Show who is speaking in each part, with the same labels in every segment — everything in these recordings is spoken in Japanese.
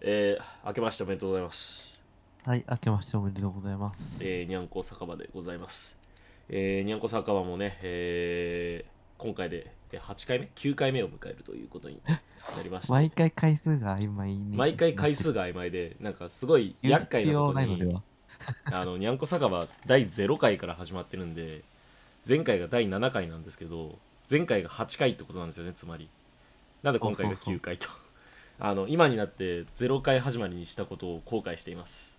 Speaker 1: えー、明けましておめでとうございます。
Speaker 2: はい、明けましておめでとうございます。
Speaker 1: えー、にゃんこ酒場でございます。えー、にゃんこ酒場もね、えー、今回でえー8回目 ?9 回目を迎えるということになりました。
Speaker 2: 毎回回数が曖昧に。
Speaker 1: 毎回回数が曖昧で、なんかすごい
Speaker 2: 言う
Speaker 1: 厄介
Speaker 2: 必
Speaker 1: なこ
Speaker 2: 要
Speaker 1: と
Speaker 2: ないので
Speaker 1: に、
Speaker 2: は。
Speaker 1: あの、にゃんこ酒場第0回から始まってるんで、前回が第7回なんですけど、前回が8回ってことなんですよね、つまり。なんで今回が
Speaker 2: そうそうそう
Speaker 1: 9回と。あの、今になって0回始まりにしたことを後悔しています。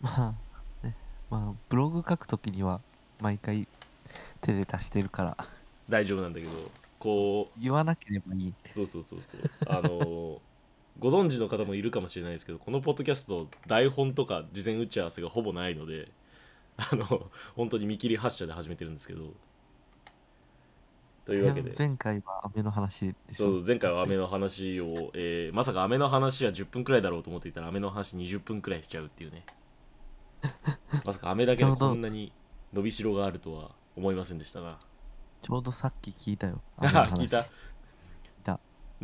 Speaker 2: まあ、ね、まあ、ブログ書くときには毎回手で足してるから、
Speaker 1: 大丈夫なんだけど、こう、
Speaker 2: 言わなければいい。
Speaker 1: そうそうそうそう。あのーご存知の方もいるかもしれないですけど、このポッドキャスト、台本とか事前打ち合わせがほぼないので、あの、本当に見切り発車で始めてるんですけど。というわけ
Speaker 2: いや
Speaker 1: で、
Speaker 2: 前回は雨の話でし
Speaker 1: そ
Speaker 2: ょ。
Speaker 1: う前回は雨の話を、えーまさか雨の話は10分くらいだろうと思っていたら、雨の話20分くらいしちゃうって いうね。まさか雨だけでこんなに伸びしろがあるとは思いませんでしたな。
Speaker 2: ちょうどさっき聞いたよ。 雨の
Speaker 1: あ
Speaker 2: 話
Speaker 1: 聞いた
Speaker 2: た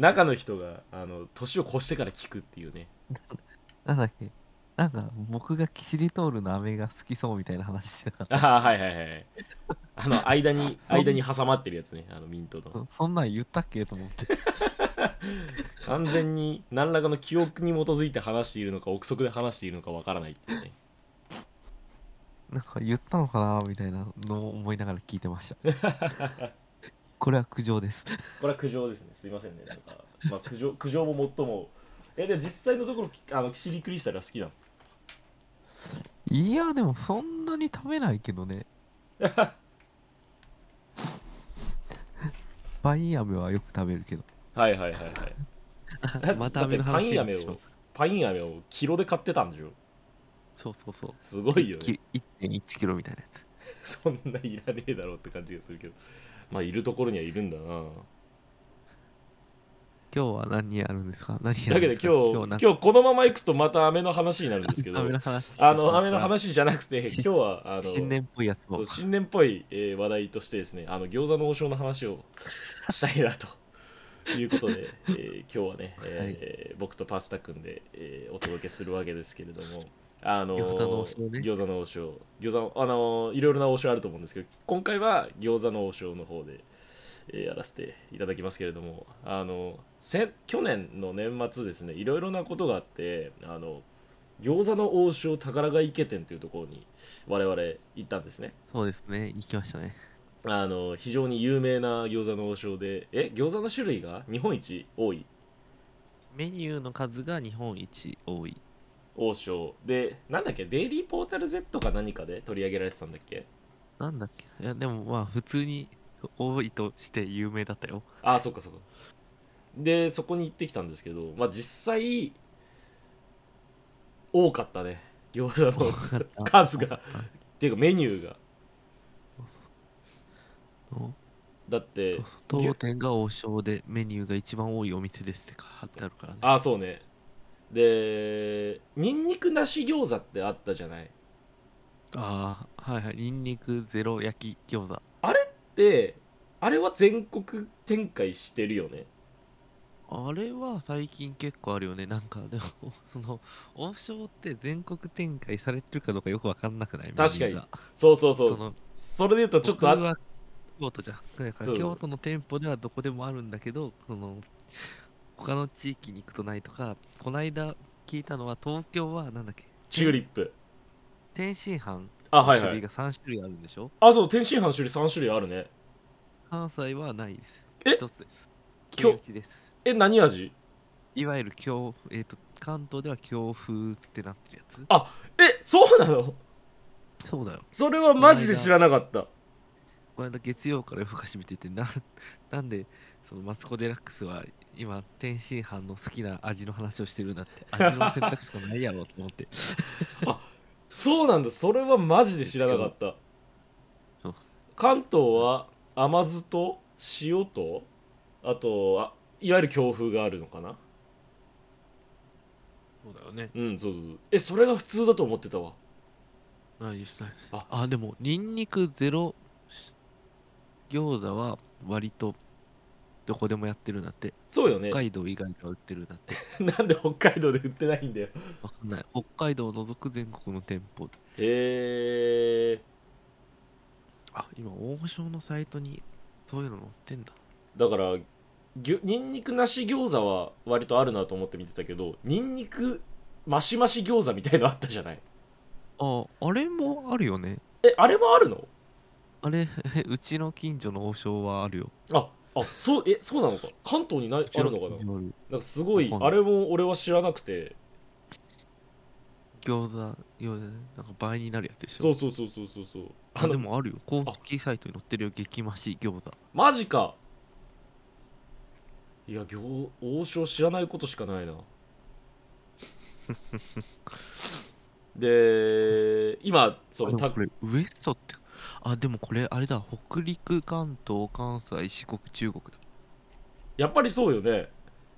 Speaker 1: 中の人があの年を越してから聞くっていうね
Speaker 2: なんだっけなんか僕がキシリトールの飴が好きそうみたいな話してなかった。
Speaker 1: ああはいはいはいあの間に
Speaker 2: そん
Speaker 1: 間に挟まってるやつねあのミントの
Speaker 2: そそんなん言ったっけと思って。
Speaker 1: 完全に何らかの記憶に基づいて話しているのか憶測で話しているのかわからないっていうね
Speaker 2: なんか言ったのかなみたいなのを思いながら聞いてました。 これは苦情です。
Speaker 1: これは苦情ですねすいませんねなんか、まあ、苦情苦情も最もえで実際のところあのキシリクリスタルは好きなの
Speaker 2: いや、でもそんなに食べないけ どね。パイン飴はよく食べる けど。
Speaker 1: はいはいはいはいだ
Speaker 2: また
Speaker 1: だって
Speaker 2: 飴の
Speaker 1: パイ
Speaker 2: 話に
Speaker 1: ン
Speaker 2: なって
Speaker 1: 飴
Speaker 2: しま
Speaker 1: を
Speaker 2: う
Speaker 1: パイン飴をキロで買ってたんでしょ
Speaker 2: そうそうそう。
Speaker 1: すごいよね
Speaker 2: き1.1キロみたいなやつ。
Speaker 1: そんないらねえだろうって感じがするけどまあいるところにはいるんだな
Speaker 2: 今日は何やるんですか何や
Speaker 1: だけ
Speaker 2: るん
Speaker 1: ど
Speaker 2: ですか
Speaker 1: 今日
Speaker 2: なんか
Speaker 1: 今日このまま行くとまた雨の話になるんです けど
Speaker 2: 雨の話してしま
Speaker 1: あ
Speaker 2: うから
Speaker 1: の雨の話じゃなくて今
Speaker 2: し
Speaker 1: 日はあの
Speaker 2: 新年っぽいやつ
Speaker 1: そ
Speaker 2: を
Speaker 1: う新年っぽい、えー話題としてですねあの餃子の王将の話 をしたいなということで、えー今日はね、えー僕とパスタくんで、えーお届けするわけですけれども。あのー
Speaker 2: 餃子の王将ね
Speaker 1: 餃子の王将餃子のあのーいろいろな王将あると思うんですけど今回は餃子の王将の方で、えーやらせていただきますけれどもあのーせ去年の年末ですねいろいろなことがあってあの餃子の王将宝が池店というところに我々行ったんですね
Speaker 2: そうですね行きましたね
Speaker 1: あの非常に有名な餃子の王将でえ餃子の種類が日本一多い
Speaker 2: メニューの数が日本一多い
Speaker 1: 王将でなんだっけデイリーポータル Z か何かで取り上げられてたんだっけ
Speaker 2: なんだっけいやでもまあ普通に多いとして有名だったよ
Speaker 1: ああそっかそっかでそこに行ってきたんですけどまあ実際多かったね餃子の数がっていうかメニューが
Speaker 2: の
Speaker 1: だって
Speaker 2: 当店が王将でメニューが一番多いお店ですって貼ってあるからね
Speaker 1: ああそうねでニンニクなし餃子ってあったじゃない
Speaker 2: ああはいはいニンニクゼロ焼き餃子
Speaker 1: であれは全国展開してるよね
Speaker 2: あれは最近結構あるよねなんかでもその王将って全国展開されてるかどうかよく分かんなくない
Speaker 1: 確かに
Speaker 2: メニューが
Speaker 1: そうそうそ
Speaker 2: そうの
Speaker 1: それで言うとちょっと
Speaker 2: 僕
Speaker 1: あ
Speaker 2: は京都じゃんだか
Speaker 1: そ
Speaker 2: ら
Speaker 1: う
Speaker 2: 京都の店舗ではどこでもあるんだけどその他の地域に行くとないとかこないだ聞いたのは東京はなんだっけ
Speaker 1: チューリップ
Speaker 2: 天津飯
Speaker 1: あ
Speaker 2: の
Speaker 1: はい
Speaker 2: 種
Speaker 1: は
Speaker 2: 類
Speaker 1: い
Speaker 2: が3種類あるんでしょ、
Speaker 1: あそう天津飯種類3種類あるね
Speaker 2: 関西はないです
Speaker 1: え
Speaker 2: 一つです
Speaker 1: き
Speaker 2: キ
Speaker 1: ょ
Speaker 2: ムチです
Speaker 1: え何味
Speaker 2: いわゆる京、えー、と関東では京風ってなってるやつ
Speaker 1: えそうなの
Speaker 2: そうだよ
Speaker 1: それはマジで知らなかった
Speaker 2: この間月曜から夜更かし見ててな なんでそのマツコ・デラックスは今天津飯の好きな味の話をしてるんだ って味の選択しかないやろと思って
Speaker 1: そうなんだそれはマジで知らなかった
Speaker 2: そう
Speaker 1: 関東は甘酢と塩とあとあいわゆる強風があるのかな
Speaker 2: そうだよね
Speaker 1: うんそうそうそうえそれが普通だと思ってたわ
Speaker 2: ないですないです
Speaker 1: あ
Speaker 2: あでもニンニクゼロ餃子は割とどこでもやってるんだって
Speaker 1: そうよね
Speaker 2: 北海道以外では売ってるんだって
Speaker 1: なんで北海道で売ってないんだよ
Speaker 2: わかんない北海道を除く全国の店舗
Speaker 1: へえ
Speaker 2: あ今王将のサイトにそういうの載ってんだ
Speaker 1: だからぎゅニンニクなし餃子は割とあるなと思って見てたけどニンニクマシマシ餃子みたいのあったじゃない
Speaker 2: ああれもあるよね
Speaker 1: えあれもあるの
Speaker 2: あれ うちの近所の王将はあるよ
Speaker 1: ああそうえそうなのか関東にないう
Speaker 2: ち
Speaker 1: ある
Speaker 2: の
Speaker 1: のか
Speaker 2: 近
Speaker 1: な
Speaker 2: 所ある
Speaker 1: なんかすごい
Speaker 2: わかんない
Speaker 1: あれも俺は知らなくて
Speaker 2: 餃子餃子なんか倍になるやつでしょ
Speaker 1: そうそうそうそうそうそうあ
Speaker 2: あで
Speaker 1: の
Speaker 2: もあるよ公式サイトに載ってるよ激増し餃子
Speaker 1: マジかいや餃王将知らないことしかない なで今そ
Speaker 2: あ
Speaker 1: の
Speaker 2: でも
Speaker 1: た
Speaker 2: これウエストってあでもこれあれだ北陸関東関西四国中国だ
Speaker 1: やっぱりそうよね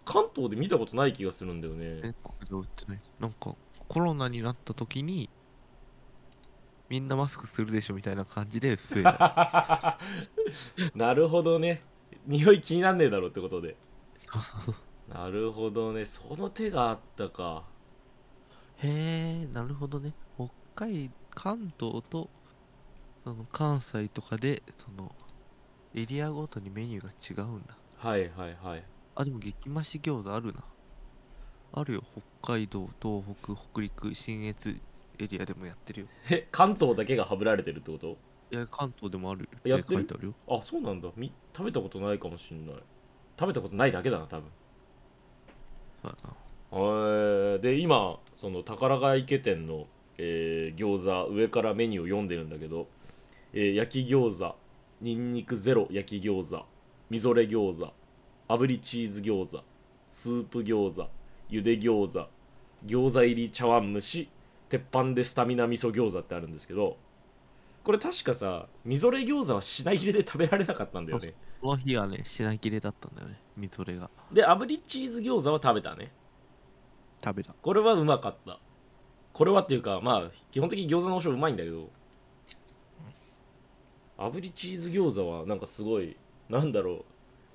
Speaker 1: 関東で見たことない気がするんだよね
Speaker 2: 全国では売ってないなんかコロナになった時にみんなマスクするでしょみたいな感じで増えた
Speaker 1: なるほどね匂い気になんねえだろうってことでなるほどねその手があったか
Speaker 2: へえなるほどね北海関東とその関西とかでそのエリアごとにメニューが違うんだ
Speaker 1: はいはいはい
Speaker 2: あでも激増し餃子あるなあるよ北海道東北北陸信越エリアでもやってるよ
Speaker 1: え関東だけがはぶられてるってこと
Speaker 2: いや関東でもある
Speaker 1: や
Speaker 2: よ
Speaker 1: っ
Speaker 2: ってて
Speaker 1: る
Speaker 2: 書いてあるよ
Speaker 1: あそうなんだみ食べたことないかもしんない食べたことないだけだな多分
Speaker 2: そうだな
Speaker 1: へえで今その宝ヶ池店の、えー餃子上からメニューを読んでるんだけど、えー焼き餃子にんにくゼロ焼き餃子みぞれ餃子炙りチーズ餃子スープ餃子ゆで餃子餃子入り茶碗蒸し鉄板でスタミナ味噌餃子ってあるんですけどこれ確かさみぞれ餃子は品切れで食べられなかったんだよね
Speaker 2: この日はね品切れだったんだよねみぞれが
Speaker 1: で炙りチーズ餃子は食べたね
Speaker 2: 食べた
Speaker 1: これはうまかったこれはっていうかまあ基本的に餃子の王将うまいんだけど炙りチーズ餃子はなんかすごいなんだろう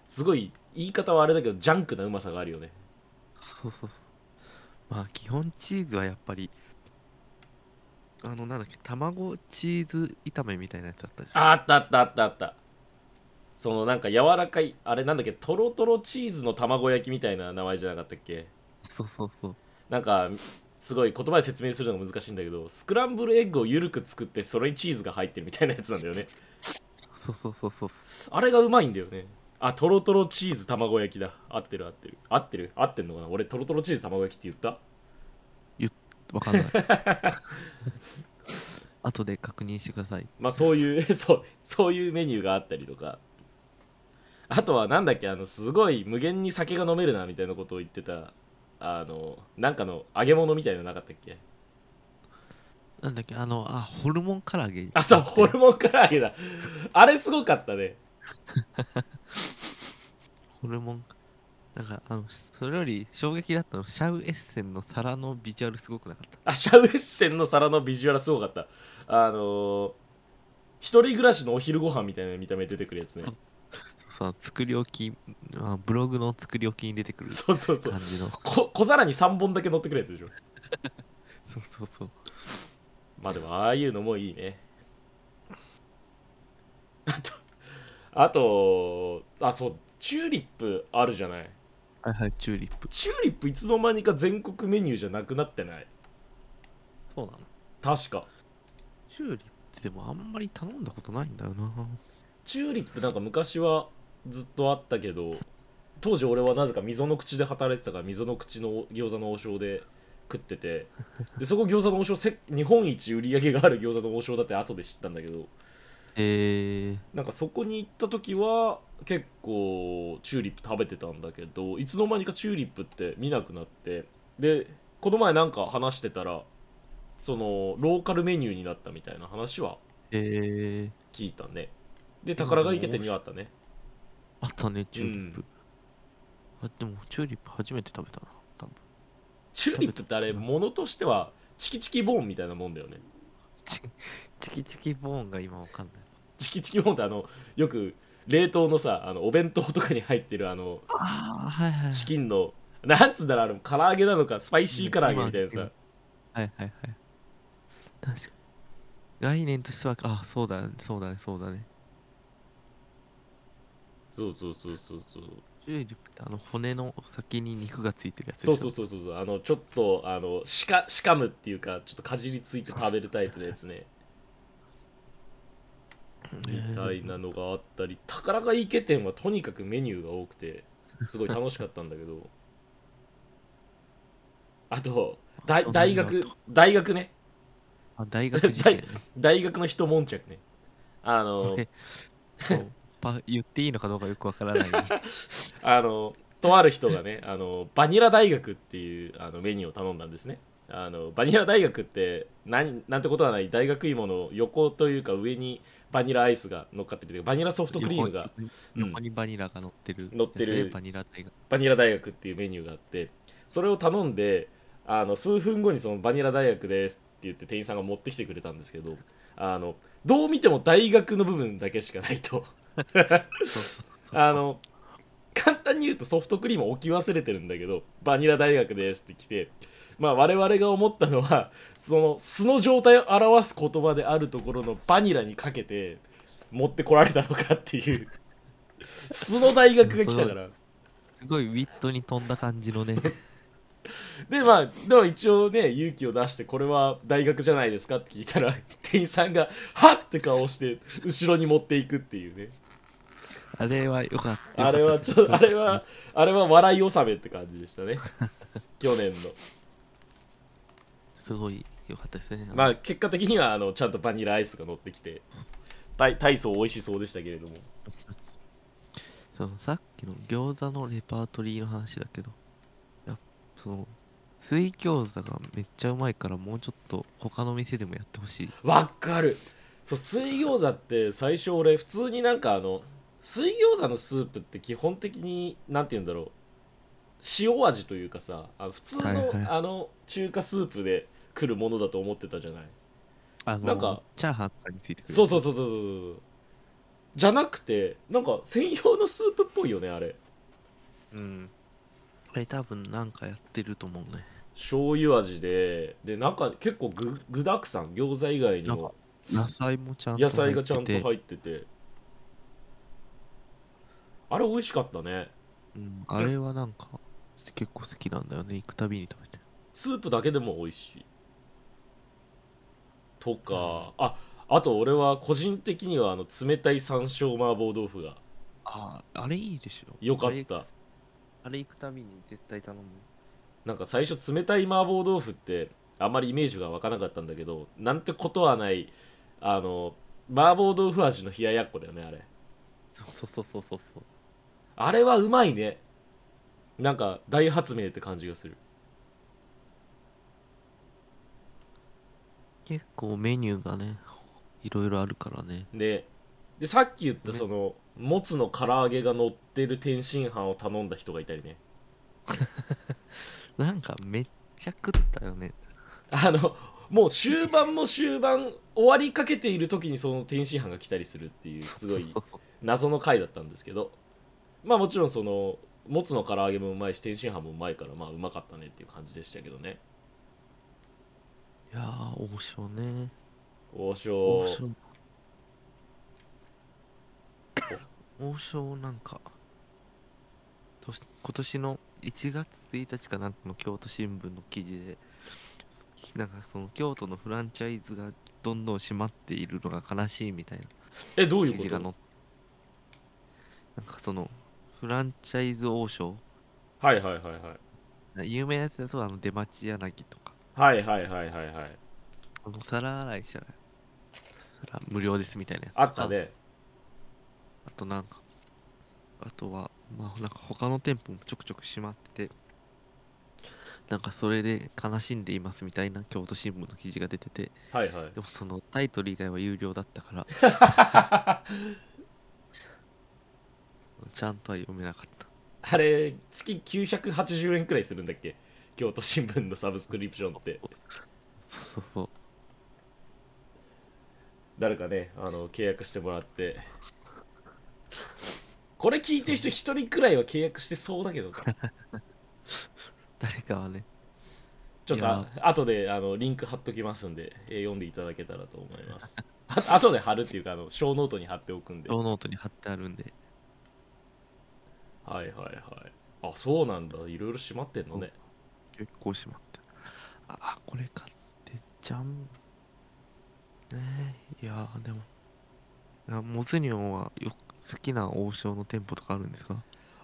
Speaker 1: すごい言い方はあれだけどジャンクなうまさがあるよね
Speaker 2: そうそうそうまあ基本チーズはやっぱりあのなんだっけ卵チーズ炒めみたいなやつあったじゃん
Speaker 1: あったあったあったあったそのなんか柔らかいあれなんだっけトロトロチーズの卵焼きみたいな名前じゃなかったっけ
Speaker 2: そうそうそう
Speaker 1: なんかすごい言葉で説明するのが難しいんだけどスクランブルエッグを緩く作ってそれにチーズが入ってるみたいなやつなんだよね
Speaker 2: そうそうそうそう
Speaker 1: あれがうまいんだよね。あ、トロトロチーズ卵焼きだ。合ってる合ってる。合ってる合ってんのかな俺トロトロチーズ卵焼きって言った
Speaker 2: わ かんない後で確認してください
Speaker 1: まあそういう そう、そういうメニューがあったりとか。あとはなんだっけ、あの、すごい無限に酒が飲めるなみたいなことを言ってた、あの、なんかの揚げ物みたいなのなかったっけ
Speaker 2: なんだっけあのあホルモン唐揚げ
Speaker 1: あ、そう、ホルモン唐揚げだ。あれすごかったね。
Speaker 2: ホルモンなんかあのそれより衝撃だったのシャウエッセンの皿のビジュアルすごくなかった
Speaker 1: あ、シャウエッセンの皿のビジュアルすごかった。あのー一人暮らしのお昼ご飯みたいな見た目出てくるやつね。
Speaker 2: そうそう作り置きあブログの作り置きに出てくる
Speaker 1: そうそうそう
Speaker 2: 感。じの
Speaker 1: こ小皿に3本だけ乗ってくるやつでしょ
Speaker 2: そうそうそう
Speaker 1: まあでもああいうのもいいねあとあとあそうチューリップあるじゃない
Speaker 2: はいはいチューリップ
Speaker 1: チューリップいつの間にか全国メニューじゃなくなってない
Speaker 2: そうなの
Speaker 1: 確か
Speaker 2: チューリップってでもあんまり頼んだことないんだよな
Speaker 1: チューリップなんか昔はずっとあったけど当時俺はなぜか溝の口で働いてたから溝の口の餃子の王将で食っててでそこ餃子の王将せ日本一売り上げがある餃子の王将だって後で知ったんだけど
Speaker 2: えー、
Speaker 1: なんかそこに行った時は結構チューリップ食べてたんだけどいつの間にかチューリップって見なくなってでこの前なんか話してたらそのローカルメニューになったみたいな話は
Speaker 2: えー、
Speaker 1: 聞いたねで宝が池店にはあったね
Speaker 2: あったねチューリップ、あでもチューリップ初めて食べたな多分
Speaker 1: チューリップってあれ
Speaker 2: 食べた
Speaker 1: 物としてはチキチキボーンみたいなもんだよね
Speaker 2: チチキチキボーンが今わかんない
Speaker 1: チキチキボーンってあのよく冷凍のさあのお弁当とかに入ってるあの
Speaker 2: ああ、はいはい。
Speaker 1: チキンのなんつうんだろうあれ唐揚げなのかスパイシー唐揚げみたいなさ
Speaker 2: はいはいはい。確かに。概念としては、あ、そうだ、そうだね、そうだね。
Speaker 1: そうそうそうそうそう
Speaker 2: 重力ってあの骨の先に肉がついてるやつでし
Speaker 1: そ
Speaker 2: ょ
Speaker 1: うそうそうそうそうあのちょっとあのしかしかむっていうかちょっとかじりついて食べるタイプのやつねみたいなのがあったり宝が池店はとにかくメニューが多くてすごい楽しかったんだけどあと大大学大学ね
Speaker 2: あ大学受験、ね。
Speaker 1: 大学の一悶着ねあの
Speaker 2: これそうパ言っていいのかどうかよくわからない。
Speaker 1: あのとある人がねあのバニラ大学っていうあのメニューを頼んだんですねあのバニラ大学って何なんてことはない大学芋の横というか上にバニラアイスが乗っかってるというかバニラソフトクリームが
Speaker 2: 横に
Speaker 1: うん
Speaker 2: 横にバニラが乗ってる。
Speaker 1: 乗ってる
Speaker 2: やつでバニラ大学。
Speaker 1: バニラ大学っていうメニューがあってそれを頼んであの数分後にそのバニラ大学ですって言って店員さんが持ってきてくれたんですけどあのどう見ても大学の部分だけしかないと
Speaker 2: そうそう
Speaker 1: あの簡単に言うとソフトクリーム置き忘れてるんだけどバニラ大学ですって来てまあ我々が思ったのはその素の状態を表す言葉であるところのバニラにかけて持ってこられたのかっていう素の大学が来たから
Speaker 2: すごいウィットに飛んだ感じのね。
Speaker 1: でまあでも一応ね勇気を出してこれは大学じゃないですかって聞いたら店員さんがはっって顔して後ろに持っていくっていうね
Speaker 2: あれはよかった。
Speaker 1: あれはちょっとあれはあれは笑い納めって感じでした ね去年の
Speaker 2: すごい良かったですね。
Speaker 1: まあ結果的にはあのちゃんとバニラアイスが乗ってきて大大層美味しそうでしたけれども
Speaker 2: そのさっきの餃子のレパートリーの話だけど、いやその水餃子がめっちゃうまいからもうちょっと他の店でもやってほしい。
Speaker 1: わかるそう水餃子って最初俺普通になんかあの水餃子のスープって基本的になんて言うんだろう塩味というかさあの普通の、
Speaker 2: はいはい
Speaker 1: あの中華スープで来るものだと思ってたじゃない
Speaker 2: あの
Speaker 1: なんか
Speaker 2: チャーハンとかについてくる。
Speaker 1: そうそうそうそうそうそうじゃなくてなんか専用のスープっぽいよねあれ
Speaker 2: う。うん。これ多分なんかやってると思うね。
Speaker 1: 醤油味でで中結構具具だくさん餃子以外に
Speaker 2: なん
Speaker 1: も
Speaker 2: か野菜もちゃんと
Speaker 1: 野菜がちゃんと
Speaker 2: 入ってて
Speaker 1: 入っててあれ美味しかったね
Speaker 2: うん、あれはなんか結構好きなんだよね。行くたびに食べてる。
Speaker 1: スープだけでも美味しいとかああと俺は個人的にはあの冷たい山椒麻婆豆腐が
Speaker 2: ああ、あれいいでしょ。
Speaker 1: よかった
Speaker 2: あれあれ行くたびに絶対頼む。
Speaker 1: なんか最初冷たい麻婆豆腐ってあんまりイメージが湧かなかったんだけどなんてことはないあの麻婆豆腐味の冷ややっこだよねあれ
Speaker 2: そうそうそうそうそう。
Speaker 1: あれはうまいねなんか大発明って感じがする
Speaker 2: 結構メニューがね、いろいろあるからね。
Speaker 1: ででさっき言った
Speaker 2: ね
Speaker 1: そのもつの唐揚げが乗ってる天津飯を頼んだ人がいたりね
Speaker 2: なんかめっちゃ食ったよね。
Speaker 1: あのもう終盤も終盤終わりかけている時にその天津飯が来たりするっていうすごい
Speaker 2: そうそう
Speaker 1: 謎の回だったんですけどまあもちろんそのもつの唐揚げもうまいし天津飯もうまいからまあうまかったねっていう感じでしたけどね
Speaker 2: いやー、王将ね。
Speaker 1: 王将
Speaker 2: 王将。王将なんか、とし今年の1月1日かなんかの京都新聞の記事で、なんかその京都のフランチャイズがどんどん閉まっているのが悲しいみたいな
Speaker 1: えどうい
Speaker 2: 記
Speaker 1: うこ
Speaker 2: 事が載
Speaker 1: と
Speaker 2: って、なんかそのフランチャイズ王将、
Speaker 1: はいはいはいはい
Speaker 2: 有名なやつだとあの出町柳とか、
Speaker 1: はいはいはいはいはい
Speaker 2: あの皿洗いしたら皿無料ですみたいなやつと
Speaker 1: あ
Speaker 2: か
Speaker 1: ったね
Speaker 2: あとなんかあとはまあなんか他の店舗もちょくちょく閉まっててなんかそれで悲しんでいますみたいな京都新聞の記事が出てて
Speaker 1: はいはい
Speaker 2: でもそのタイトル以外は有料だったからちゃんとは読めなかった
Speaker 1: あれ月980円くらいするんだっけ京都新聞のサブスクリプションって
Speaker 2: そうそうそう
Speaker 1: 誰かねあの契約してもらってこれ聞いてる人一人くらいは契約してそうだけどな
Speaker 2: 誰かはね
Speaker 1: ちょっとあ後であのリンク貼っときますんで、えー読んでいただけたらと思います。あ後で貼るっていうか、あの小ノートに貼っておくんで。は
Speaker 2: ローノートに貼ってあるんで
Speaker 1: いはいはい。あ、そうなんだ。いろいろ閉まってんのね。
Speaker 2: 結構しまってああこれ買ってじゃんねえいやーでもいやモズニョンはよく好きな王将の店舗とかあるんですか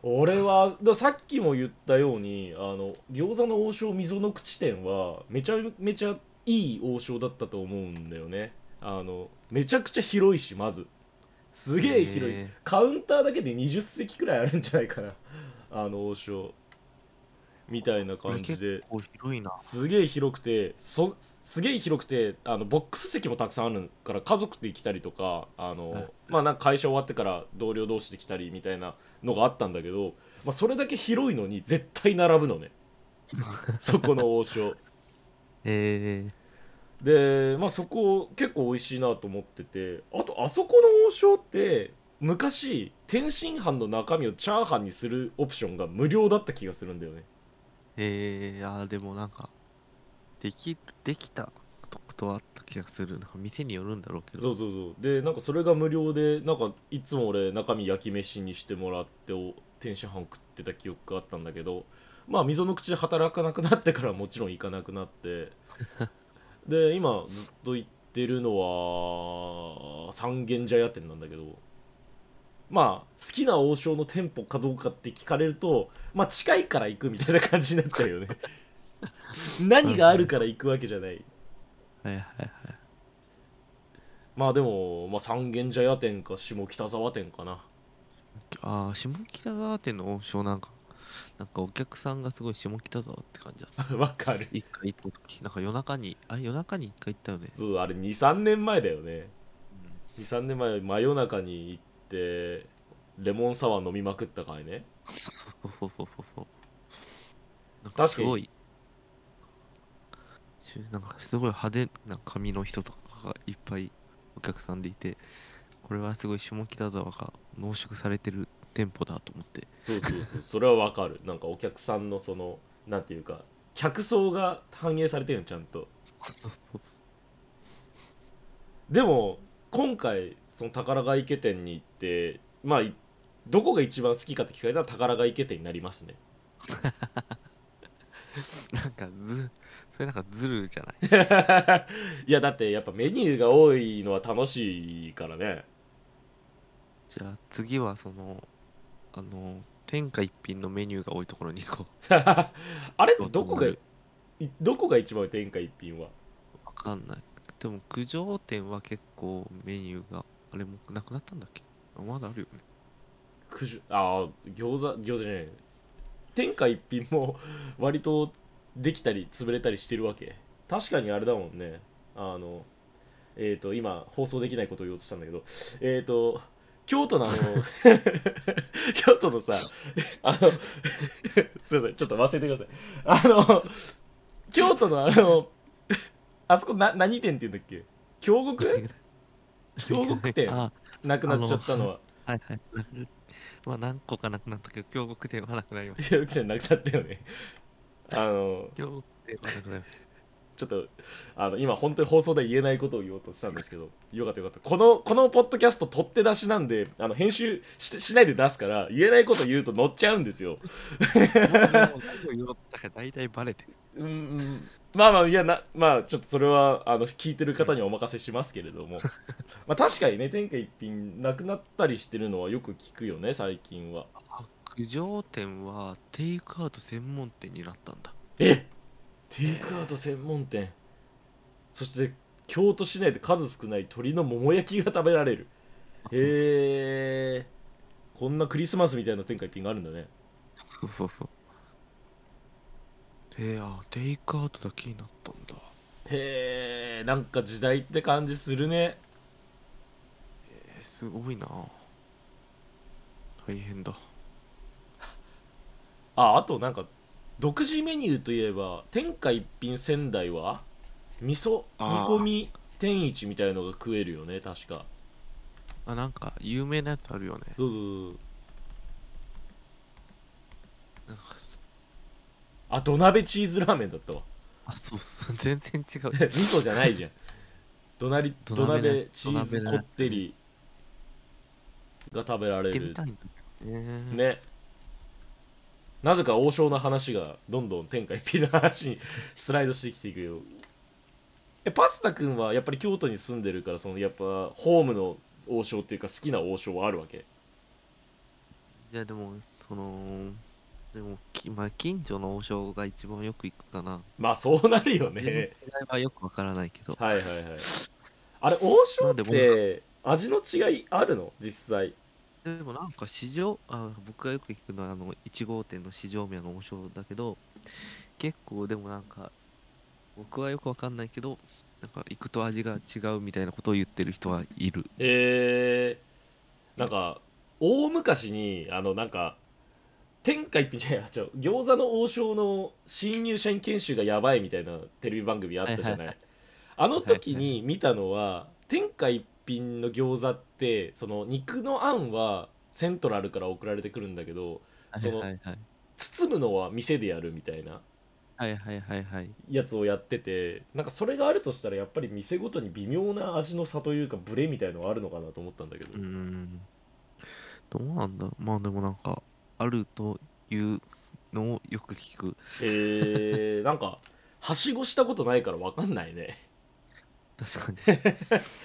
Speaker 1: 俺は、ださっきも言ったように、あの餃子の王将溝の口店は、めちゃめちゃいい王将だったと思うんだよね。あのめちゃくちゃ広いし、まず。すげえ広い。
Speaker 2: へ
Speaker 1: カウンターだけで20席くらいあるんじゃないかな。あの王将。みたいな
Speaker 2: これ
Speaker 1: 感じで
Speaker 2: 結。構広いな
Speaker 1: すげえ広くてそすげえ広くてあのボックス席もたくさんあるから家族で来たりとかあの、
Speaker 2: はい
Speaker 1: まあ、なんか会社終わってから同僚同士で来たりみたいなのがあったんだけど、まあ、それだけ広いのに絶対並ぶの ねそこの王将
Speaker 2: えー、
Speaker 1: で、まあ、そこ結構美味しいなと思っててあとあそこの王将って昔天津飯の中身をチャーハンにするオプションが無料だった気がするんだよね
Speaker 2: えー、あーでもなんかできできたとことはあった気がするなんか店によるんだろうけど
Speaker 1: そうそうそうでなんかそれが無料でなんかいつも俺中身焼き飯にしてもらってお天津飯を食ってた記憶があったんだけどまあ溝の口で働かなくなってからもちろん行かなくなって で今ずっと行ってるのは三軒茶屋店なんだけどまあ好きな王将の店舗かどうかって聞かれるとまあ近いから行くみたいな感じになっちゃうよ ね何があるから行くわけじゃない
Speaker 2: はいはいはい
Speaker 1: まあでも、まあ、三軒茶屋店か下北沢店かな
Speaker 2: ああ下北沢店の王将なんかなんかお客さんがすごい下北沢って感じだった
Speaker 1: わかる
Speaker 2: 一回行った時なんか夜中にあ夜中に一回行ったよね
Speaker 1: そうあれ23年前だよね23年前真夜中に行ってレモンサワー飲みまくった回ね
Speaker 2: そうそうそうそうそうなんかすごいしなんかすごい派手な髪の人とかがいっぱいお客さんでいてこれはすごい下北沢が濃縮されてる店舗だと思って
Speaker 1: そうそうそうそれはわかるなんかお客さんのそのなんていうか客層が反映されてるのちゃんと
Speaker 2: そうそうそう
Speaker 1: でも今回その宝が池店に行ってまあいどこが一番好きかって聞かれたら宝が池店になりますね
Speaker 2: なんかずそれなんかずるじゃな い
Speaker 1: いやだってやっぱメニューが多いのは楽しいからね
Speaker 2: じゃあ次はそのあの天下一品のメニューが多いところに行こ
Speaker 1: あれってどこが
Speaker 2: どこ
Speaker 1: いどこが一番天下一品は
Speaker 2: うわかんないでも九条店は結構メニューがあれもうなくなったんだっけあまだあるよね
Speaker 1: くじゅああ餃子餃子じゃない天下一品も割とできたり潰れたりしてるわけ確かにあれだもんねあのえっ、と今放送できないことを言おうとしたんだけどえっ、と京都のあの京都のさあのすいませんちょっと忘れてくださいあの京都のあのあそこな何店って言うんだっけ京極京極店
Speaker 2: あ
Speaker 1: なくなっちゃったのは
Speaker 2: はいはいなくまあ何個かなくなったけど京極店はなくなりました
Speaker 1: 京極店なくなったよねあの
Speaker 2: 京極店はなく なりまし
Speaker 1: ちょっとあの今本当に放送で言えないことを言おうとしたんですけどよかったよかったこのこのポッドキャスト取って出しなんであの編集ししないで出すから言えないこと言うと乗っちゃうんですよ
Speaker 2: たもう何を言おうったか大体バレてる
Speaker 1: うんうんまあまあいやなまあちょっとそれはあの聞いてる方にはお任せしますけれ どもまあ確かにね天下一品なくなったりしてるのはよく聞くよね最近は
Speaker 2: あ九条店はテイクアウト専門店になったんだ
Speaker 1: えテイクアウト専門店そして京都市内で数少ない鶏のもも焼きが食べられるへえこんなクリスマスみたいな天下一品があるんだね
Speaker 2: そうそうそう。えー、あ、テイクアウトだけになったんだ。
Speaker 1: へえなんか時代って感じするね
Speaker 2: えー、すごいな。大変だ。
Speaker 1: ああとなんか独自メニューといえば天下一品仙台は味噌煮
Speaker 2: あ
Speaker 1: 込
Speaker 2: ー
Speaker 1: み天一みたいのが食えるよね確か
Speaker 2: あ、なんか有名なやつあるよね。
Speaker 1: そうそうそう
Speaker 2: なんか
Speaker 1: あ土鍋チーズラーメンだったわ
Speaker 2: あそうそう 全然違う
Speaker 1: 味噌じゃないじゃ ん土なり土
Speaker 2: 土鍋ね
Speaker 1: 鍋チーズこってりが食べら
Speaker 2: 行
Speaker 1: れ
Speaker 2: ってみ
Speaker 1: る
Speaker 2: たいんだけどね
Speaker 1: ねなぜか王将の話がどんどん天下一品の話に スライドしてきていくよえパスタくんはやっぱり京都に住んでるからそのやっぱホームの王将っていうか好きな王将はあるわけ
Speaker 2: いやでもそのでもき、まあ、近所の王将が一番よく行くかな
Speaker 1: まあそうなるよ
Speaker 2: 自分の違い
Speaker 1: ね
Speaker 2: はよくわからないけど
Speaker 1: はいはいはいあれ王将っ
Speaker 2: なん
Speaker 1: て味の違いあるの実際
Speaker 2: でもなんか市場あ僕がよく行くのはあの1号店の市場宮の王将だけど結構でもなんか僕はよくわかんないけどなんか行くと味が違うみたいなことを言ってる人はいる
Speaker 1: えー、なんか大昔にあのなんか天下一品じゃない違う餃子の王将の新入社員研修がやばいみたいなテレビ番組あったじゃない,、
Speaker 2: はいはいは
Speaker 1: あの時に見たのは天下一品の餃子ってその肉のあんはセントラルから送られてくるんだけど
Speaker 2: はい
Speaker 1: その
Speaker 2: はいはい
Speaker 1: 包むのは店でやるみたいな
Speaker 2: はいはいはいはい
Speaker 1: やつをやっててなんかそれがあるとしたらやっぱり店ごとに微妙な味の差というかブレみたいのがあるのかなと思ったんだけど、
Speaker 2: うーんどうなんだまあでもなんかあるというのをよく聞く
Speaker 1: えー、なんかはしごしたことないから分かんないね
Speaker 2: 確かに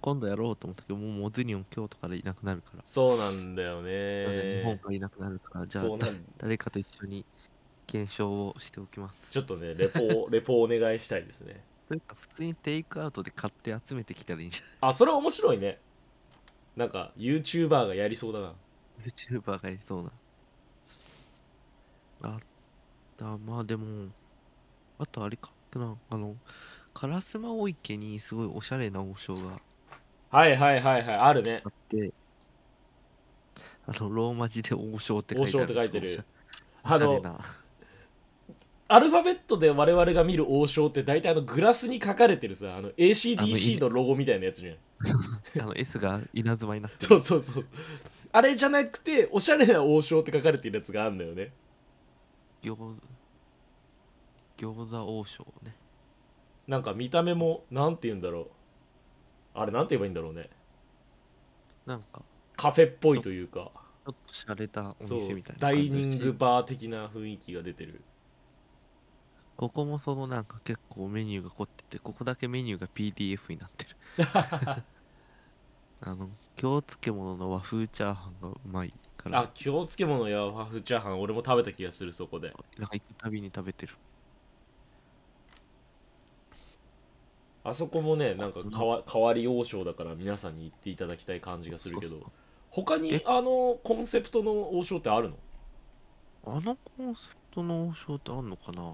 Speaker 2: 今度やろうと思ったけどもうモズニオン京都からいなくなるから、
Speaker 1: そうなんだよ
Speaker 2: 日本
Speaker 1: ね
Speaker 2: からいなくなるからじゃあ
Speaker 1: そうな
Speaker 2: だ
Speaker 1: ん
Speaker 2: 誰かと一緒に検証をしておきます
Speaker 1: ちょっとねレポ レポお願いしたいですね
Speaker 2: というか普通にテイクアウトで買って集めてきたらいいんじゃ
Speaker 1: あそれは面白いねなんか YouTuber がやりそうだな
Speaker 2: ない YouTuber がいそうなあだまあでもあとあれかなあの烏丸大池にすごいおしゃれな王将が
Speaker 1: はいはいはいはいあるね
Speaker 2: あってあのローマ字で王将って書いてあ
Speaker 1: 王将
Speaker 2: る
Speaker 1: って書いてる
Speaker 2: すご
Speaker 1: あ
Speaker 2: いおしゃおしゃれ
Speaker 1: の
Speaker 2: な
Speaker 1: アルファベットで我々が見る王将って大体あのグラスに書かれてるさあの
Speaker 2: あ
Speaker 1: ACDC
Speaker 2: の
Speaker 1: のロゴみたいなやつじゃん
Speaker 2: あの S が稲妻になって
Speaker 1: そう
Speaker 2: る。
Speaker 1: そうそうあれじゃなくておしゃれな王将って書かれてるやつがあるんだよね
Speaker 2: 餃子。餃子王将ね。
Speaker 1: なんか見た目もなんて言うんだろうあれなんて言えばいいんだろうね
Speaker 2: なんか、
Speaker 1: カフェっぽいというか
Speaker 2: ちょっと洒落たお
Speaker 1: そう
Speaker 2: 店みたいな
Speaker 1: ダ
Speaker 2: 感
Speaker 1: イ
Speaker 2: じだし。
Speaker 1: ニングバー的な雰囲気が出てる
Speaker 2: ここもそのなんか結構メニューが凝ってて、ここだけメニューが PDF になってる。 あの、京漬物の和風チャーハンがうまいから、
Speaker 1: あ京漬物や和風チャーハン俺も食べた気がするそこで
Speaker 2: なんか行くたびに食べてる。
Speaker 1: あそこもねなんかかわ変わり王将だから皆さんに行っていただきたい感じがするけ
Speaker 2: そ
Speaker 1: ど
Speaker 2: うそう
Speaker 1: 他に
Speaker 2: え
Speaker 1: あのコンセプトの王将ってあるの
Speaker 2: あのコンセプトの王将ってあんのかな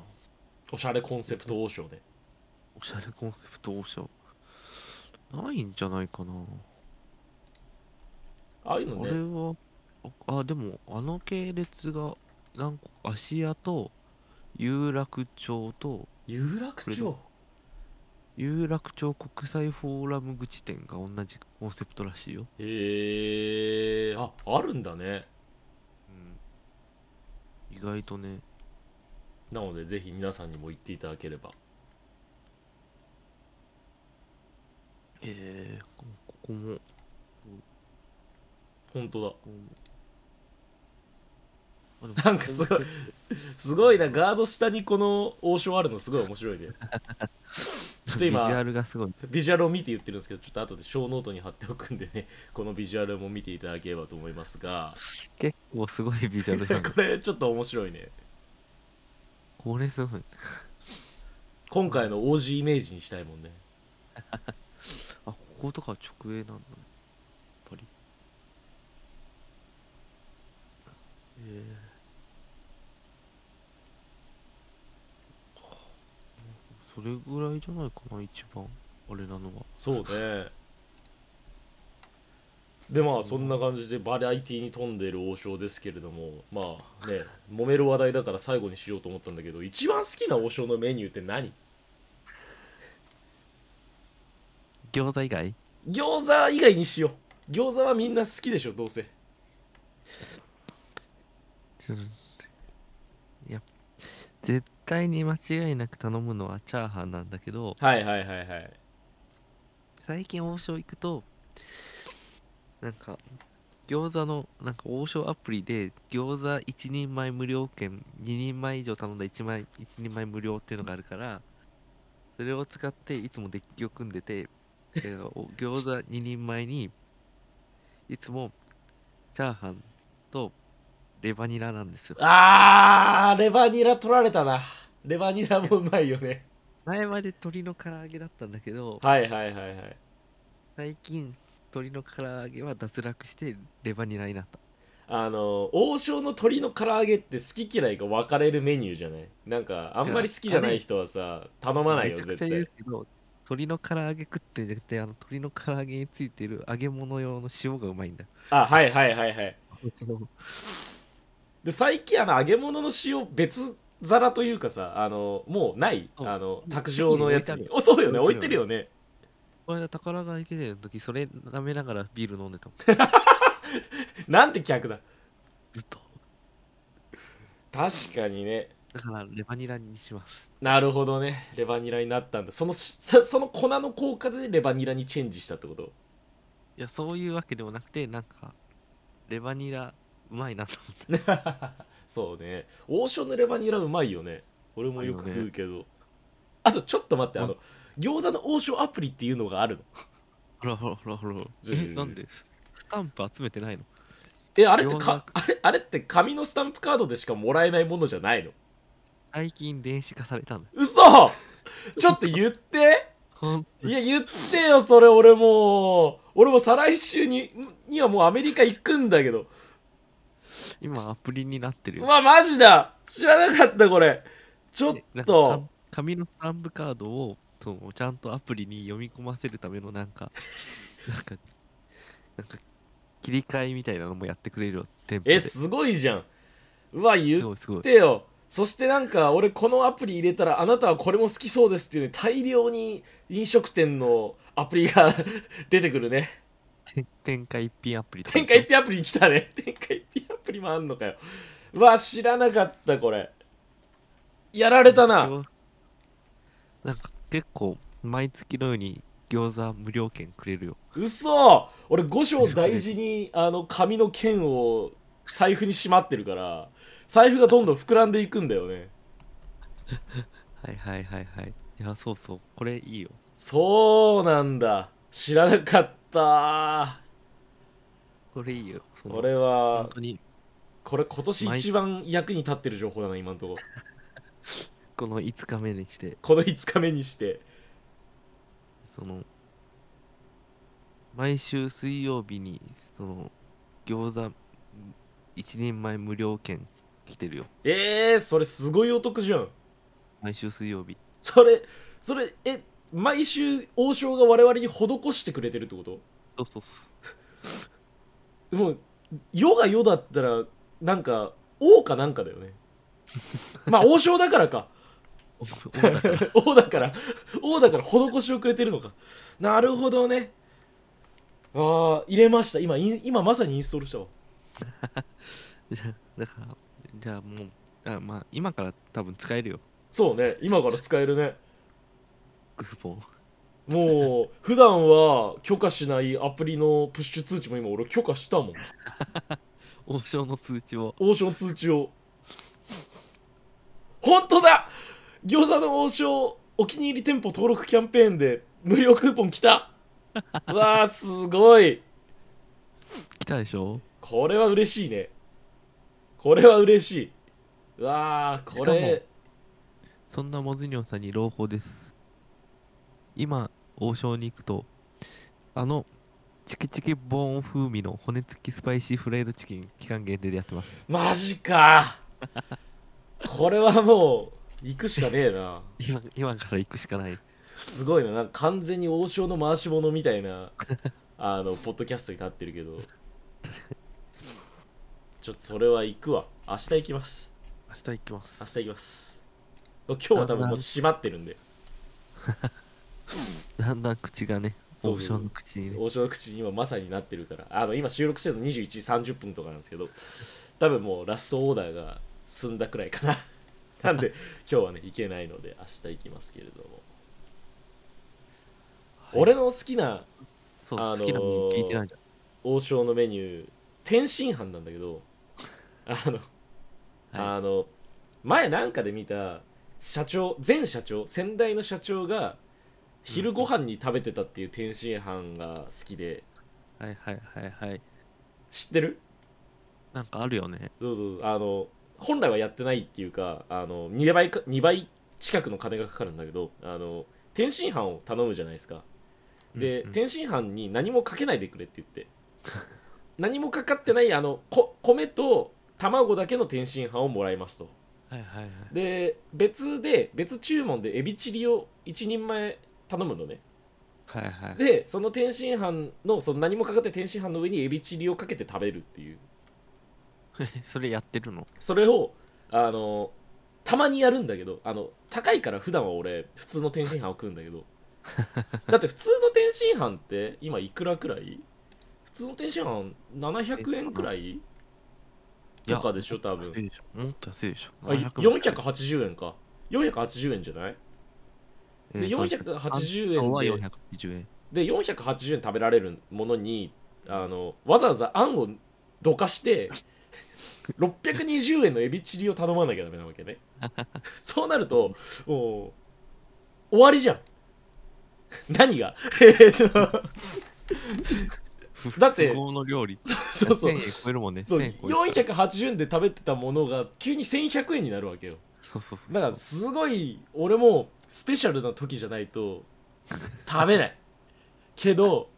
Speaker 1: おしゃれコンセプト王将ね
Speaker 2: おしゃれコンセプト王将。ないんじゃないかな。
Speaker 1: ああいうの
Speaker 2: あれ
Speaker 1: ね
Speaker 2: は、あ、あでも、あの系列が、何個か、芦屋と、有楽町と、
Speaker 1: 有楽町
Speaker 2: 有楽町国際フォーラム口店が同じコンセプトらしいよ。
Speaker 1: へえああるんだね
Speaker 2: 意外とね、
Speaker 1: なのでぜひ皆さんにも行っていただければ
Speaker 2: えー、こここも、こ
Speaker 1: 本当だ
Speaker 2: こもあでも
Speaker 1: なんかすごいすごいな、ガード下にこの王将あるのすごい面白いね。ちょっと
Speaker 2: ビジュ
Speaker 1: 今
Speaker 2: ア、ルがすごい。
Speaker 1: ビジュアルを見て言ってるんですけど、ちょっと後で小ノートに貼っておくんでね、 このビジュアルも見ていただければと思いますが、
Speaker 2: 結構すごいビジュアルじゃん。
Speaker 1: これちょっと面白いね。
Speaker 2: これすごい。
Speaker 1: 今回の OG イメージにしたいもんね。
Speaker 2: あ、こことか直営なんだね。やっぱり。えー、それぐらいじゃないかな、一番。あれなのは。
Speaker 1: そうね。でまあそんな感じでバラエティに富んでる王将ですけれどもまあね揉める話題だから最後にしようと思ったんだけど一番好きな王将のメニューって何
Speaker 2: 餃子以外
Speaker 1: 餃子以外にしよう餃子はみんな好きでしょどうせ
Speaker 2: 絶対に間違いなく頼むのはチャーハンなんだけど
Speaker 1: はいはいはいはい
Speaker 2: 最近王将行くとなんか餃子のなんか王将アプリで餃子1人前無料券2人前以上頼んだ1枚1人前無料っていうのがあるからそれを使っていつもデッキを組んでてえーお餃子2人前にいつもチャーハンとレバニラなんですよ
Speaker 1: あーレバニラ取られたなレバニラもうまいよね
Speaker 2: 前まで鶏の唐揚げだったんだけど
Speaker 1: はいはいはいはい
Speaker 2: 最近鶏の唐揚げは脱落してレバニラになった
Speaker 1: あの王将の鶏の唐揚げって好き嫌いが分かれるメニューじゃないなんかあんまり好きじゃない人はさ頼まないよ
Speaker 2: めちゃ
Speaker 1: 絶
Speaker 2: くちゃ言
Speaker 1: 対
Speaker 2: うけど鶏の唐揚げ食ってんじゃなくてあの鶏の唐揚げについてる揚げ物用の塩がうまいんだ
Speaker 1: あはいはいはいはいで最近あの揚げ物の塩別皿というかさあのもうない
Speaker 2: うん
Speaker 1: あの卓上のやつ
Speaker 2: 席
Speaker 1: に
Speaker 2: に
Speaker 1: おそうよね置
Speaker 2: 置
Speaker 1: い
Speaker 2: い
Speaker 1: て
Speaker 2: て
Speaker 1: る
Speaker 2: る
Speaker 1: よ
Speaker 2: よ
Speaker 1: ね
Speaker 2: この間宝が池での時それ舐めながらビール飲んでたもん
Speaker 1: なんて客だ
Speaker 2: ずっと
Speaker 1: 確かにね
Speaker 2: だからレバニラにします
Speaker 1: なるほどねレバニラになったんだそのしそその粉の効果でレバニラにチェンジしたって こと
Speaker 2: いやそういうわけでもなくてなんかレバニラうまいなと思って
Speaker 1: そうね王将のレバニラうまいよね俺もよく食うけどあとちょっと待ってあの餃子の王将アプリっていうのがあるの
Speaker 2: ほらほらほらほら
Speaker 1: ず
Speaker 2: えなんでススタンプ集めてないの
Speaker 1: えあれって
Speaker 2: 餃
Speaker 1: かあれあれって紙のスタンプカードでしかもらえないものじゃないの
Speaker 2: 最近電子化されたんだよ
Speaker 1: 嘘ちょっと言って
Speaker 2: ほん
Speaker 1: いや言ってよそれ俺もう俺も再来週ににはもうアメリカ行くんだけど
Speaker 2: 今アプリになってる
Speaker 1: う
Speaker 2: よ
Speaker 1: わマジだ知らなかったこれちょっ
Speaker 2: なんか
Speaker 1: と
Speaker 2: か紙のスタンプカードをそのちゃんとアプリに読み込ませるためのなん かなんかなんか切り替えみたいなのもやってくれるよ店舗で
Speaker 1: えすごいじゃんうわ言っ
Speaker 2: すごいすごい
Speaker 1: ってよそしてなんか俺このアプリ入れたらあなたはこれも好きそうですっていう大量に飲食店のアプリが 出てくるね
Speaker 2: て天下一品アプリとか
Speaker 1: 天下一品アプリ来た ね天下一品アプリもあんのかようわ知らなかったこれやられたな
Speaker 2: なんか結構毎月のように餃子無料券くれるよ
Speaker 1: 嘘俺五章大事にあの紙の剣を財布にしまってるから財布がどんどん膨らんでいくんだよね
Speaker 2: はいはいはいはいいやそうそうこれいいよ
Speaker 1: そうなんだ知らなかった
Speaker 2: これいいよその
Speaker 1: これは
Speaker 2: 本当に
Speaker 1: これ今年一番役に立ってる情報だな今のところ
Speaker 2: この5日目にして
Speaker 1: この5日目にして
Speaker 2: その毎週水曜日にその餃子一人前無料券来てるよ
Speaker 1: えー、それすごいお得じゃん
Speaker 2: 毎週水曜日
Speaker 1: それそれえ毎週王将が我々に施してくれてるってこと
Speaker 2: そうそうそう
Speaker 1: もう世が世だったらなんか王かなんかだよね まあ王将だからか
Speaker 2: おお だから
Speaker 1: 王だから 王だから施しをくれてるのかなるほどねああ入れました今イン今まさにインストールしたわ
Speaker 2: じゃあだからじゃあもうあまあ今から多分使えるよ
Speaker 1: そうね今から使えるね
Speaker 2: クーポン
Speaker 1: もう普段は許可しないアプリのプッシュ通知も今俺許可したもん
Speaker 2: 王将の通知を
Speaker 1: 王将通知を本当だ餃子の王将お気に入り店舗登録キャンペーンで無料クーポン来 たうわあすごい
Speaker 2: 来たでしょ
Speaker 1: これは嬉しいねこれは嬉しいうわあこ
Speaker 2: しかも
Speaker 1: れ
Speaker 2: そんなモズニョンさんに朗報です今王将に行くとあのチキチキボーン風味の骨付きスパイシーフライドチキン期間限定でやってます
Speaker 1: マジかこれはもう行くしかねえな
Speaker 2: 今今から行くしかない。
Speaker 1: すごいななんか完全に王将の回し物みたい なあのポッドキャストになってるけどちょっとそれは行くわ明日行きます
Speaker 2: 明日行きます
Speaker 1: 明日行きます今日は多分もう閉まってるんで
Speaker 2: だんだん口がね、
Speaker 1: そう
Speaker 2: 王将の口にね。
Speaker 1: 王将の口に今まさになってるからあの今収録してるの21時30分とかなんですけど多分もうラストオーダーが済んだくらいかななんで今日はね行けないので明日行きますけれども、俺の好きな
Speaker 2: そう、
Speaker 1: あのー
Speaker 2: 好きなもの聞いてないじゃ
Speaker 1: 王将のメニュー天津飯なんだけどあの、
Speaker 2: ん。はい、
Speaker 1: あの前なんかで見た社長前社長先代の社長が昼ご飯に食べてたっていう天津飯が好きで
Speaker 2: はいはいはいはい。
Speaker 1: 知ってる
Speaker 2: なんかあるよね。
Speaker 1: どうぞあの本来はやってないっていうかあの2倍か2倍近くの金がかかるんだけどあの天津飯を頼むじゃないですかで、
Speaker 2: うんうん
Speaker 1: 天津飯に何もかけないでくれって言って 何もかかってないあのこ米と卵だけの天津飯をもらいますと
Speaker 2: はいはいはい。
Speaker 1: で別で別注文でエビチリを1人前頼むのね
Speaker 2: はいはい。
Speaker 1: でその天津飯のその何もかかってない天津飯の上にエビチリをかけて食べるっていう
Speaker 2: それやってるの
Speaker 1: それをあのたまにやるんだけどあの高いから普段は俺普通の天津飯を食うんだけ どだって普通の天津飯って今いくらくらい普通の天津飯700円くらい
Speaker 2: いや
Speaker 1: とかでしょ多分
Speaker 2: 安いでしょもっと安いでしょ。
Speaker 1: あ480円か480円じゃない
Speaker 2: 円
Speaker 1: で480
Speaker 2: は
Speaker 1: 円で
Speaker 2: 480円。
Speaker 1: で480円食べられるものにあのわざわざあんをどかして620円のエビチリを頼まなきゃダメなわけ ねそうなるともう終わりじゃん何がえーっとだって
Speaker 2: 不合の料理。
Speaker 1: そうそう
Speaker 2: 1000円超えるもんね。
Speaker 1: そう
Speaker 2: 1000円超える。
Speaker 1: 480円で食べてたものが急に1100円になるわけよ
Speaker 2: そうそうそう。
Speaker 1: だからすごい俺もスペシャルな時じゃないと食べないけど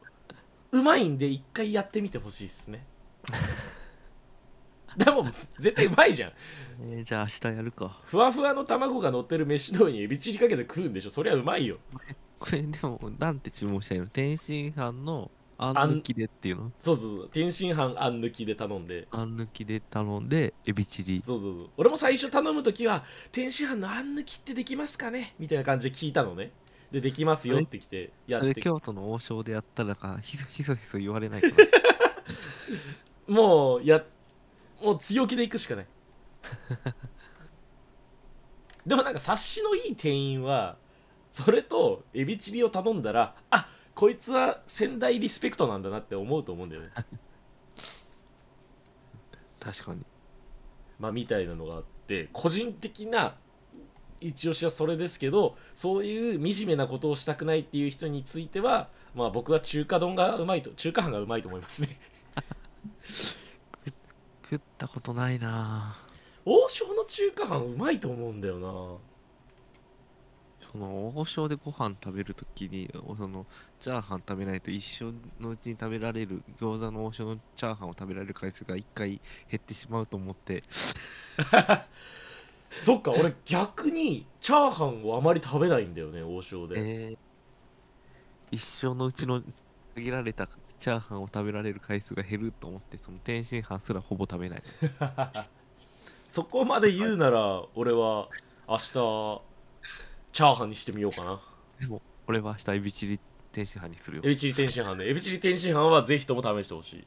Speaker 1: うまいんで一回やってみてほしいっすねでも絶対うまいじゃん
Speaker 2: えーじゃあ明日やるか。
Speaker 1: ふわふわの卵が乗ってる飯の上にエビチリかけて食うんでしょそりゃうまいよ
Speaker 2: これでも、なんて注文したいの天津飯のあん抜きでっていうの
Speaker 1: そうそうそう天津飯あん抜きで頼んで
Speaker 2: あん抜きで頼んで、エビチリ。
Speaker 1: そうそうそう俺も最初頼む時は天津飯のあん抜きってできますかねみたいな感じで聞いたのねでできますよってきてやっ
Speaker 2: それ
Speaker 1: て
Speaker 2: 京都の王将でやったらか、ひそひそひそ言われな いから。
Speaker 1: もうやもう強気で行くしかないでもなんか察しのいい店員はそれとエビチリを頼んだらあこいつは先代リスペクトなんだなって思うと思うんだよね
Speaker 2: 確かに。
Speaker 1: まあみたいなのがあって個人的な一押しはそれですけどそういう惨めなことをしたくないっていう人についてはまあ僕は中華丼がうまいと中華飯がうまいと思いますね
Speaker 2: 食ったことないなぁ
Speaker 1: 王将の中華飯うまいと思うんだよな
Speaker 2: その王将でご飯食べるときにおそのチャーハン食べないと一緒のうちに食べられる餃子の王将のチャーハンを食べられる回数が一回減ってしまうと思って
Speaker 1: そっか俺逆にチャーハンをあまり食べないんだよね王将で、
Speaker 2: えー一緒のうちの限られたチャーハンを食べられる回数が減ると思ってその天津飯すらほぼ食べない
Speaker 1: そこまで言うなら俺は明日チャーハンにしてみようかな
Speaker 2: 俺は明日エビチリ天津飯にするよ
Speaker 1: エビチリ天津飯でエビチリ天津飯はぜひとも試してほしい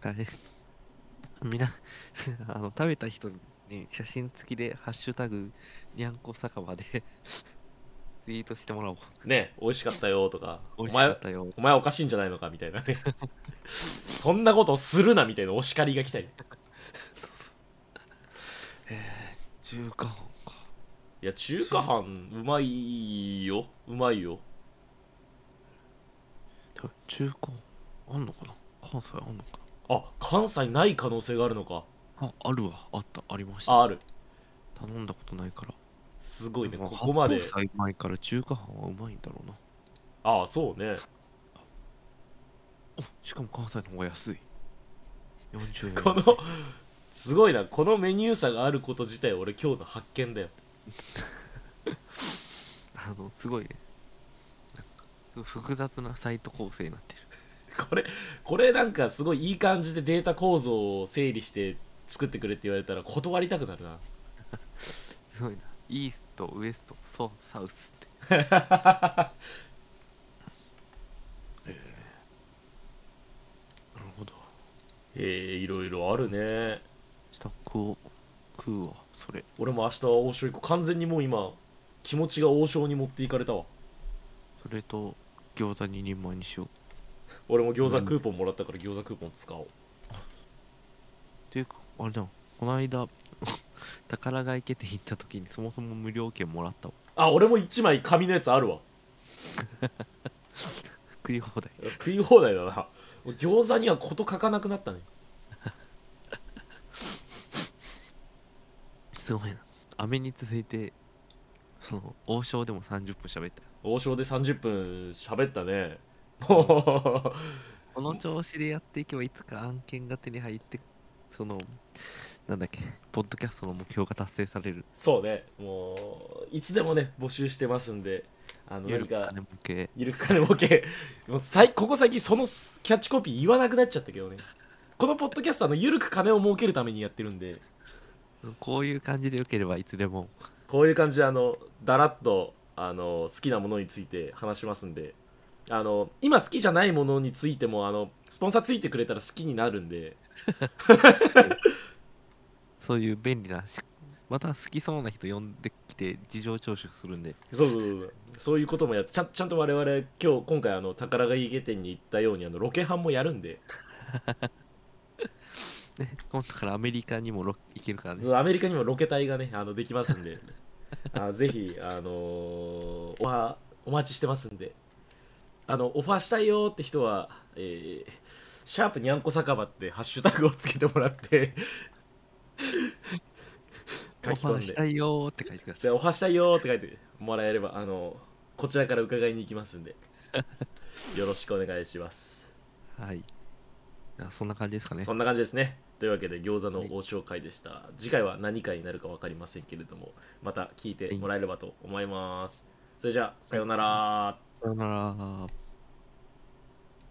Speaker 2: はいみんな あの食べた人に写真付きで「ハッシュタグにゃんこ酒場」で ツイートしてもらおう
Speaker 1: ね美味しかったよとか
Speaker 2: 美
Speaker 1: お
Speaker 2: 味しか
Speaker 1: 前
Speaker 2: ったよ
Speaker 1: お前おかしいんじゃないのかみたいなね そんなことするなみたいなお叱りが来たり
Speaker 2: えー、中華本か
Speaker 1: いや中華飯うまいようまいよ
Speaker 2: でも中華本あんのかな関西あんのか
Speaker 1: あ関西ない可能性があるのか
Speaker 2: なああるわあったありました
Speaker 1: あある
Speaker 2: 頼んだことないから
Speaker 1: すごいね
Speaker 2: でも
Speaker 1: ここまで
Speaker 2: 八宝菜うまいから中華飯はうまいんだろうな
Speaker 1: ああそうね
Speaker 2: おしかも関西の方が安い40円
Speaker 1: このすごいなこのメニュー差があること自体俺今日の発見だよ
Speaker 2: あのすごいねなんかすごい複雑なサイト構成になってる
Speaker 1: これこれなんかすごいいい感じでデータ構造を整理して作ってくれって言われたら断りたくなるな
Speaker 2: すごいな。イースト、ウエスト、ソ、サウスって。なるほど。
Speaker 1: えー、いろいろあるね
Speaker 2: スタックを食うわそれ
Speaker 1: 俺も明日王将行こう完全にもう今気持ちが王将に持っていかれたわ
Speaker 2: それと餃子2人前にしよう
Speaker 1: 俺も餃子クーポンもらったから餃子クーポン使おう
Speaker 2: っていうかあれだこの間 宝が池店行った時にそもそも無料券もらったわ
Speaker 1: あ俺も1枚紙のやつあるわ
Speaker 2: 食い放題
Speaker 1: 食い放題だな餃子にはこと書かなくなったね
Speaker 2: すごいな雨に続いてその王将でも30分喋ったよ
Speaker 1: 王将で30分喋ったね も
Speaker 2: この調子でやっていけばいつか案件が手に入ってそのなんだっけポッドキャストの目標が達成される
Speaker 1: うそうねもういつでもね募集してますんであの
Speaker 2: 夜
Speaker 1: 何
Speaker 2: か
Speaker 1: か
Speaker 2: 金儲け
Speaker 1: ゆるっかねボケ もうさいここ最近そのキャッチコピー言わなくなっちゃったけどねこのポッドキャストはあのゆるく金を儲けるためにやってるんで
Speaker 2: こういう感じでよければいつでも
Speaker 1: こういう感じであのだらっとあの好きなものについて話しますんであの今好きじゃないものについてもあのスポンサーついてくれたら好きになるんで
Speaker 2: そういう便利なしまた好きそうな人呼んできて事情聴取するんで
Speaker 1: そうそうそうそうそういうこともやっちゃんちゃんと我々今日今回あの宝が家店に行ったようにあのロケハンもやるんで
Speaker 2: ね今度からアメリカにもロ行けるからね
Speaker 1: そうアメリカにもロケ隊がねあのできますんであぜひあのーオファーお待ちしてますんであのオファーしたいよーって人は、えーシャープにゃんこ酒場ってハッシュタグをつけてもらって
Speaker 2: オファーした
Speaker 1: い
Speaker 2: いよーって書いてください
Speaker 1: オファーしたいよーって書いてもらえればあのこちらから伺いに行きますんでよろしくお願いします
Speaker 2: はい。あそんな感じですかね。
Speaker 1: そんな感じですね。というわけで餃子の王将会でした。次回は何回になるか分かりませんけれども、また聞いてもらえればと思います。それじゃあ、さようなら。
Speaker 2: さよなら。